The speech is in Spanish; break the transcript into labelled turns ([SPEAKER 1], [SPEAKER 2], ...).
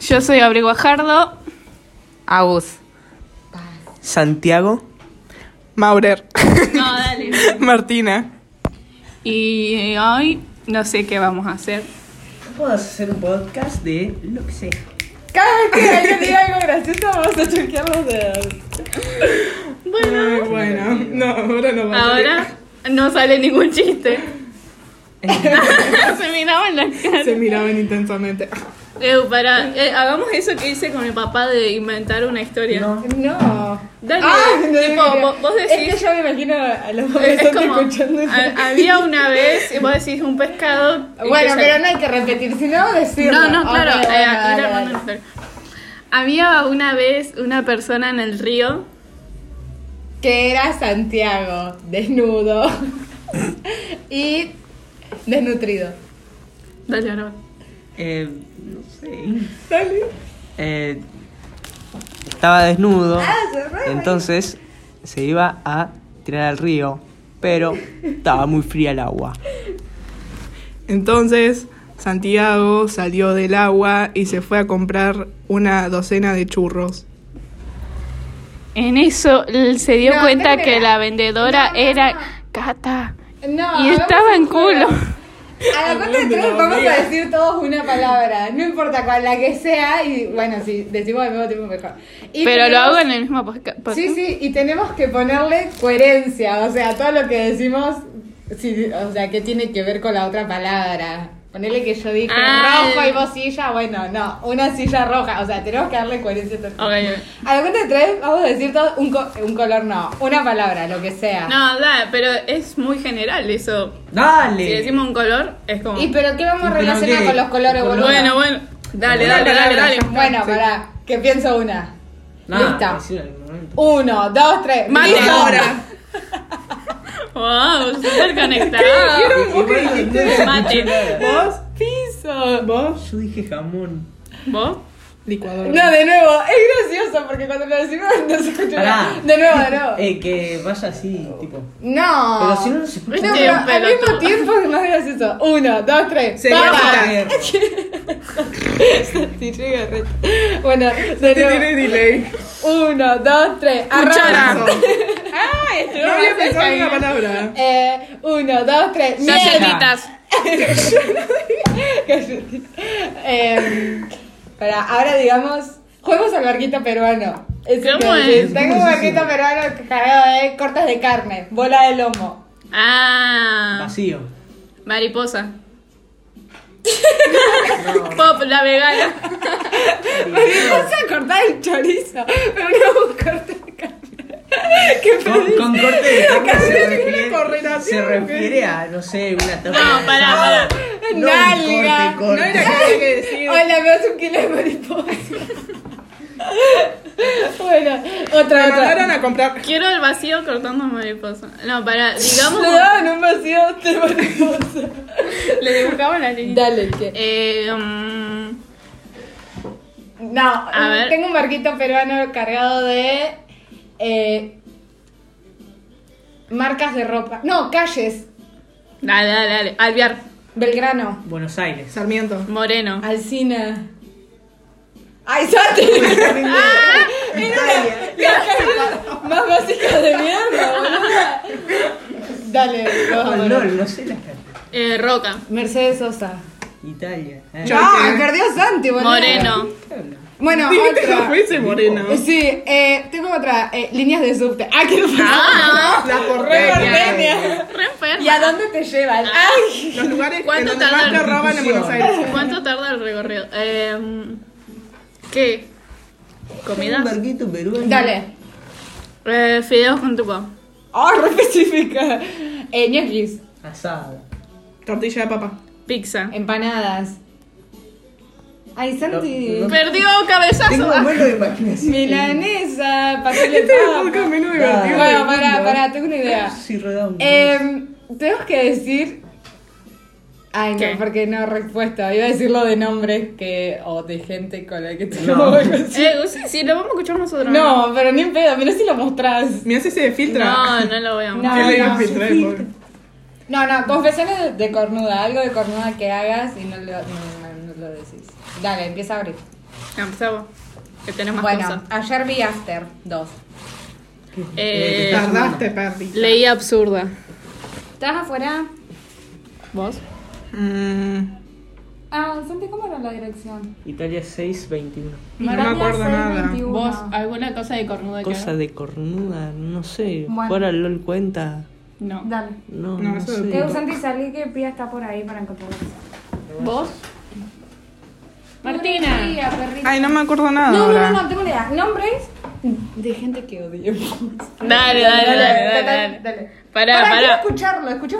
[SPEAKER 1] Yo soy Gabriel Guajardo.
[SPEAKER 2] Agus.
[SPEAKER 3] Santiago.
[SPEAKER 4] Maurer.
[SPEAKER 1] No, dale.
[SPEAKER 4] Martina.
[SPEAKER 1] Y hoy no sé qué vamos a hacer.
[SPEAKER 3] Vamos a hacer un podcast de lo que sea.
[SPEAKER 2] Cada vez que alguien diga algo gracioso, vamos a chequear los dedos.
[SPEAKER 4] Bueno. bueno. No, ahora no va a salir.
[SPEAKER 1] Ahora no sale ningún chiste. Se miraban las caras.
[SPEAKER 4] Se miraban intensamente.
[SPEAKER 1] Eu, para, eh, hagamos eso que hice con mi papá de inventar una historia.
[SPEAKER 3] No.
[SPEAKER 2] No.
[SPEAKER 1] Dale,
[SPEAKER 2] Ah, no,
[SPEAKER 1] tipo,
[SPEAKER 2] no, no.
[SPEAKER 1] vos, vos decís.
[SPEAKER 2] Es que yo me imagino a los
[SPEAKER 1] Es,
[SPEAKER 2] hombres
[SPEAKER 1] es como,
[SPEAKER 2] escuchando eso.
[SPEAKER 1] ha- había una vez, y vos decís un pescado. y que
[SPEAKER 2] Bueno,
[SPEAKER 1] sale-
[SPEAKER 2] pero no hay que repetir, sino decirlo.
[SPEAKER 1] No, no, claro.
[SPEAKER 2] Ok,
[SPEAKER 1] eh,
[SPEAKER 2] bueno,
[SPEAKER 1] era
[SPEAKER 2] dale,
[SPEAKER 1] cuando
[SPEAKER 2] dale.
[SPEAKER 1] nos per- Había una vez una persona en el río.
[SPEAKER 2] Que era Santiago, desnudo y desnutrido.
[SPEAKER 1] Dale, ahora.
[SPEAKER 3] Eh, no sé.
[SPEAKER 2] Dale.
[SPEAKER 3] Eh, estaba desnudo.
[SPEAKER 2] Ah, se re
[SPEAKER 3] Entonces se iba a tirar al río. Pero estaba muy fría el agua.
[SPEAKER 4] Entonces, Santiago salió del agua y se fue a comprar una docena de churros.
[SPEAKER 1] En eso l- se dio
[SPEAKER 2] No,
[SPEAKER 1] cuenta
[SPEAKER 2] espera.
[SPEAKER 1] que la vendedora
[SPEAKER 2] No, no,
[SPEAKER 1] era
[SPEAKER 2] no.
[SPEAKER 1] Cata.
[SPEAKER 2] No,
[SPEAKER 1] y
[SPEAKER 2] hagamos
[SPEAKER 1] estaba en
[SPEAKER 2] un juego.
[SPEAKER 1] culo.
[SPEAKER 2] A la cuenta de tres vamos a decir todos una palabra, no importa cuál, la que sea, y bueno, si decimos al mismo tiempo mejor. Y
[SPEAKER 1] Pero lo
[SPEAKER 2] tenemos-
[SPEAKER 1] hago en el mismo posca- podcast.
[SPEAKER 2] Sí, sí, y tenemos que ponerle coherencia, o sea, todo lo que decimos, sí, o sea, que tiene que ver con la otra palabra. Ponerle que yo dije
[SPEAKER 1] Ah,
[SPEAKER 2] rojo
[SPEAKER 1] el-
[SPEAKER 2] y vos silla, bueno, no, una silla roja, o sea, tenemos que darle coherencia a todo.
[SPEAKER 1] Ok, ok.
[SPEAKER 2] A la cuenta de tres vamos a decir todo un, co- un color, no, una palabra, lo que sea.
[SPEAKER 1] No, da, pero es muy general eso.
[SPEAKER 3] ¡Dale!
[SPEAKER 1] Si decimos un color, es como.
[SPEAKER 2] ¿Y pero qué vamos a
[SPEAKER 3] ¿Y pero
[SPEAKER 2] relacionar
[SPEAKER 3] qué?
[SPEAKER 2] con los colores,
[SPEAKER 3] Con
[SPEAKER 2] boludo?
[SPEAKER 1] Bueno, bueno. Dale, dale,
[SPEAKER 3] Una
[SPEAKER 1] dale,
[SPEAKER 3] palabra,
[SPEAKER 1] dale.
[SPEAKER 2] Bueno, pará, que pienso una.
[SPEAKER 3] Nada,
[SPEAKER 2] Lista.
[SPEAKER 3] decilo en algún momento.
[SPEAKER 2] Uno, dos, tres.
[SPEAKER 1] Mate
[SPEAKER 2] listo.
[SPEAKER 1] ahora. Wow, súper conectado.
[SPEAKER 3] Y- y bueno, no se
[SPEAKER 1] Mate.
[SPEAKER 3] escuchó nada.
[SPEAKER 4] ¿Vos?
[SPEAKER 2] Piso.
[SPEAKER 4] ¿Vos?
[SPEAKER 3] Yo dije jamón.
[SPEAKER 1] ¿Vos?
[SPEAKER 4] Licuadora.
[SPEAKER 2] No, de nuevo, es gracioso porque cuando lo decimos no se escucha
[SPEAKER 3] Pará.
[SPEAKER 2] nada. De nuevo, de nuevo.
[SPEAKER 3] Eh, que vaya así, tipo.
[SPEAKER 2] No.
[SPEAKER 3] Pero si no, no se
[SPEAKER 2] No,
[SPEAKER 3] escucha.
[SPEAKER 1] Este
[SPEAKER 2] pero
[SPEAKER 1] es un
[SPEAKER 2] al mismo
[SPEAKER 1] pelotudo.
[SPEAKER 2] tiempo es más gracioso. Uno, dos, tres.
[SPEAKER 4] Sería
[SPEAKER 2] Papa.
[SPEAKER 4] para-
[SPEAKER 2] Si llega, re- Bueno, de
[SPEAKER 4] Te
[SPEAKER 2] nuevo.
[SPEAKER 4] tiene delay.
[SPEAKER 2] Uno, dos, tres.
[SPEAKER 4] Cuchara.
[SPEAKER 2] Arroz.
[SPEAKER 3] Ah, este
[SPEAKER 4] No había pensado en una palabra.
[SPEAKER 2] Eh, uno, dos, tres. Miel.
[SPEAKER 1] Galletitas.
[SPEAKER 2] Eh, para, ahora digamos, juegos al barquito peruano. Es
[SPEAKER 1] ¿Cómo
[SPEAKER 2] lo que
[SPEAKER 1] es?
[SPEAKER 2] Está como barquito peruano cargado de cortas de carne, bola de lomo.
[SPEAKER 1] Ah.
[SPEAKER 3] Vacío.
[SPEAKER 1] Mariposa. Pop, la vegana.
[SPEAKER 2] Mariposa cortar el chorizo, pero no corta de carne. Qué
[SPEAKER 3] Con,
[SPEAKER 2] feliz.
[SPEAKER 3] con corte de carne se refiere,
[SPEAKER 4] correlación,
[SPEAKER 3] se
[SPEAKER 4] ¿o qué?
[SPEAKER 3] refiere a, no sé, una tapa.
[SPEAKER 1] No,
[SPEAKER 3] de
[SPEAKER 1] pará,
[SPEAKER 3] asado.
[SPEAKER 1] pará.
[SPEAKER 3] No,
[SPEAKER 2] Nalga.
[SPEAKER 3] un corte, corte.
[SPEAKER 4] No era que había que decir.
[SPEAKER 2] Hola, me hace un kilo de mariposa. bueno, otra,
[SPEAKER 4] Me
[SPEAKER 2] otra.
[SPEAKER 4] mandaron a comprar.
[SPEAKER 1] Quiero el vacío cortando mariposa. No, para, digamos.
[SPEAKER 2] Le daban un vacío de mariposa.
[SPEAKER 1] Le dibujamos la línea.
[SPEAKER 2] Dale, che.
[SPEAKER 1] Eh, mm,
[SPEAKER 2] No, mm,
[SPEAKER 1] A ver.
[SPEAKER 2] tengo un barquito peruano cargado de eh, marcas de ropa. No, calles.
[SPEAKER 1] dale, dale, dale. Alvear.
[SPEAKER 2] Belgrano,
[SPEAKER 3] Buenos Aires.
[SPEAKER 4] Sarmiento.
[SPEAKER 1] Moreno.
[SPEAKER 2] Alcina. ¡Ay, Santi! Más básica de mierda, boluda. Dale, vos,
[SPEAKER 3] No,
[SPEAKER 2] boludo.
[SPEAKER 3] no, Oh, no sé las cartas.
[SPEAKER 1] Eh, Roca.
[SPEAKER 2] Mercedes Sosa.
[SPEAKER 3] Italia. eh.
[SPEAKER 2] ¡Ah! Perdió Santi, boludo.
[SPEAKER 1] Moreno.
[SPEAKER 3] ¿Qué hablan?
[SPEAKER 2] Bueno,
[SPEAKER 4] Dijiste que
[SPEAKER 2] otra.
[SPEAKER 4] fuese moreno.
[SPEAKER 2] Sí, eh, tengo otra. eh, líneas de subte. ¡Ah, qué
[SPEAKER 1] Ah,
[SPEAKER 4] La
[SPEAKER 2] Re
[SPEAKER 4] porteña.
[SPEAKER 2] porteña.
[SPEAKER 1] re enferma.
[SPEAKER 2] ¿Y a dónde te llevan? ¡Ay!
[SPEAKER 4] Los lugares en
[SPEAKER 1] ¿Cuánto
[SPEAKER 4] donde
[SPEAKER 1] tardan?
[SPEAKER 4] más te roban en Buenos Aires.
[SPEAKER 1] ¿Cuánto tarda el recorrido? Eh, ¿Qué?
[SPEAKER 3] Un
[SPEAKER 1] ¿Comidas?
[SPEAKER 3] barquito peruano.
[SPEAKER 2] Ah, Dale.
[SPEAKER 1] Eh, fideos con tupa.
[SPEAKER 2] ¡Oh, re específica! Eh, ñoquis,
[SPEAKER 3] Asado.
[SPEAKER 4] Tortilla de papa.
[SPEAKER 1] Ah,
[SPEAKER 2] Eh.
[SPEAKER 1] Pizza.
[SPEAKER 2] empanadas. Ay, Santi.
[SPEAKER 3] No, no.
[SPEAKER 1] Perdió cabezazo.
[SPEAKER 3] Tengo un vuelo de imaginación.
[SPEAKER 2] Milanesa, pastel de
[SPEAKER 4] Este es un
[SPEAKER 2] papa.
[SPEAKER 4] camino
[SPEAKER 3] Dale.
[SPEAKER 4] divertido.
[SPEAKER 2] Bueno, pará, pará, tengo una idea.
[SPEAKER 3] Sí, redondo.
[SPEAKER 4] Eh,
[SPEAKER 2] Em, tenemos que decir. Ay, no,
[SPEAKER 1] ¿Qué?
[SPEAKER 2] porque no respuesta. Iba a decirlo de nombres que. o de gente con la que te
[SPEAKER 3] No.
[SPEAKER 1] Eh, sí, sí, lo vamos a escuchar nosotros.
[SPEAKER 2] No, pero ni en pedo, mirá si lo mostrás.
[SPEAKER 4] Me hace ese filtro.
[SPEAKER 1] No, no lo veamos.
[SPEAKER 2] No.
[SPEAKER 4] ¿Qué le iba
[SPEAKER 2] no,
[SPEAKER 4] a filtrar,
[SPEAKER 3] sí,
[SPEAKER 4] pobre?
[SPEAKER 2] No, no, confesiones de, de cornuda, algo de cornuda que hagas y no lo, no, no- no lo decís. Dale, empieza a abrir.
[SPEAKER 1] Ya empezamos. Que tenés más
[SPEAKER 2] Bueno,
[SPEAKER 1] cosas.
[SPEAKER 2] ayer vi After 2.
[SPEAKER 1] Eh,
[SPEAKER 4] Tardaste, Perdi.
[SPEAKER 1] leí absurda.
[SPEAKER 2] ¿Estás afuera?
[SPEAKER 1] ¿Vos?
[SPEAKER 4] Mm,
[SPEAKER 2] Ah, Santi, ¿cómo era la dirección?
[SPEAKER 3] Italia 621.
[SPEAKER 4] no me acuerdo nada.
[SPEAKER 1] ¿Vos? ¿Alguna cosa de cornuda
[SPEAKER 3] Cosa de cornuda, no sé.
[SPEAKER 2] Bueno.
[SPEAKER 3] Fuera LOL cuenta.
[SPEAKER 1] No.
[SPEAKER 2] Dale.
[SPEAKER 3] No,
[SPEAKER 4] No,
[SPEAKER 3] no,
[SPEAKER 4] eso
[SPEAKER 3] sé.
[SPEAKER 4] de-
[SPEAKER 2] Teo, Santi, salí que Pía está por ahí para encontrarla.
[SPEAKER 1] ¿Vos? Martina.
[SPEAKER 2] Pía, perrito.
[SPEAKER 4] Ay, no me acuerdo nada.
[SPEAKER 2] No, no,
[SPEAKER 4] ahora.
[SPEAKER 2] no, no, tengo idea. ¿Nombres? De gente que odio.
[SPEAKER 1] Dale, dale, dale, dale. dale. Pará,
[SPEAKER 2] Para,
[SPEAKER 1] pará.
[SPEAKER 2] escucharlo, escuché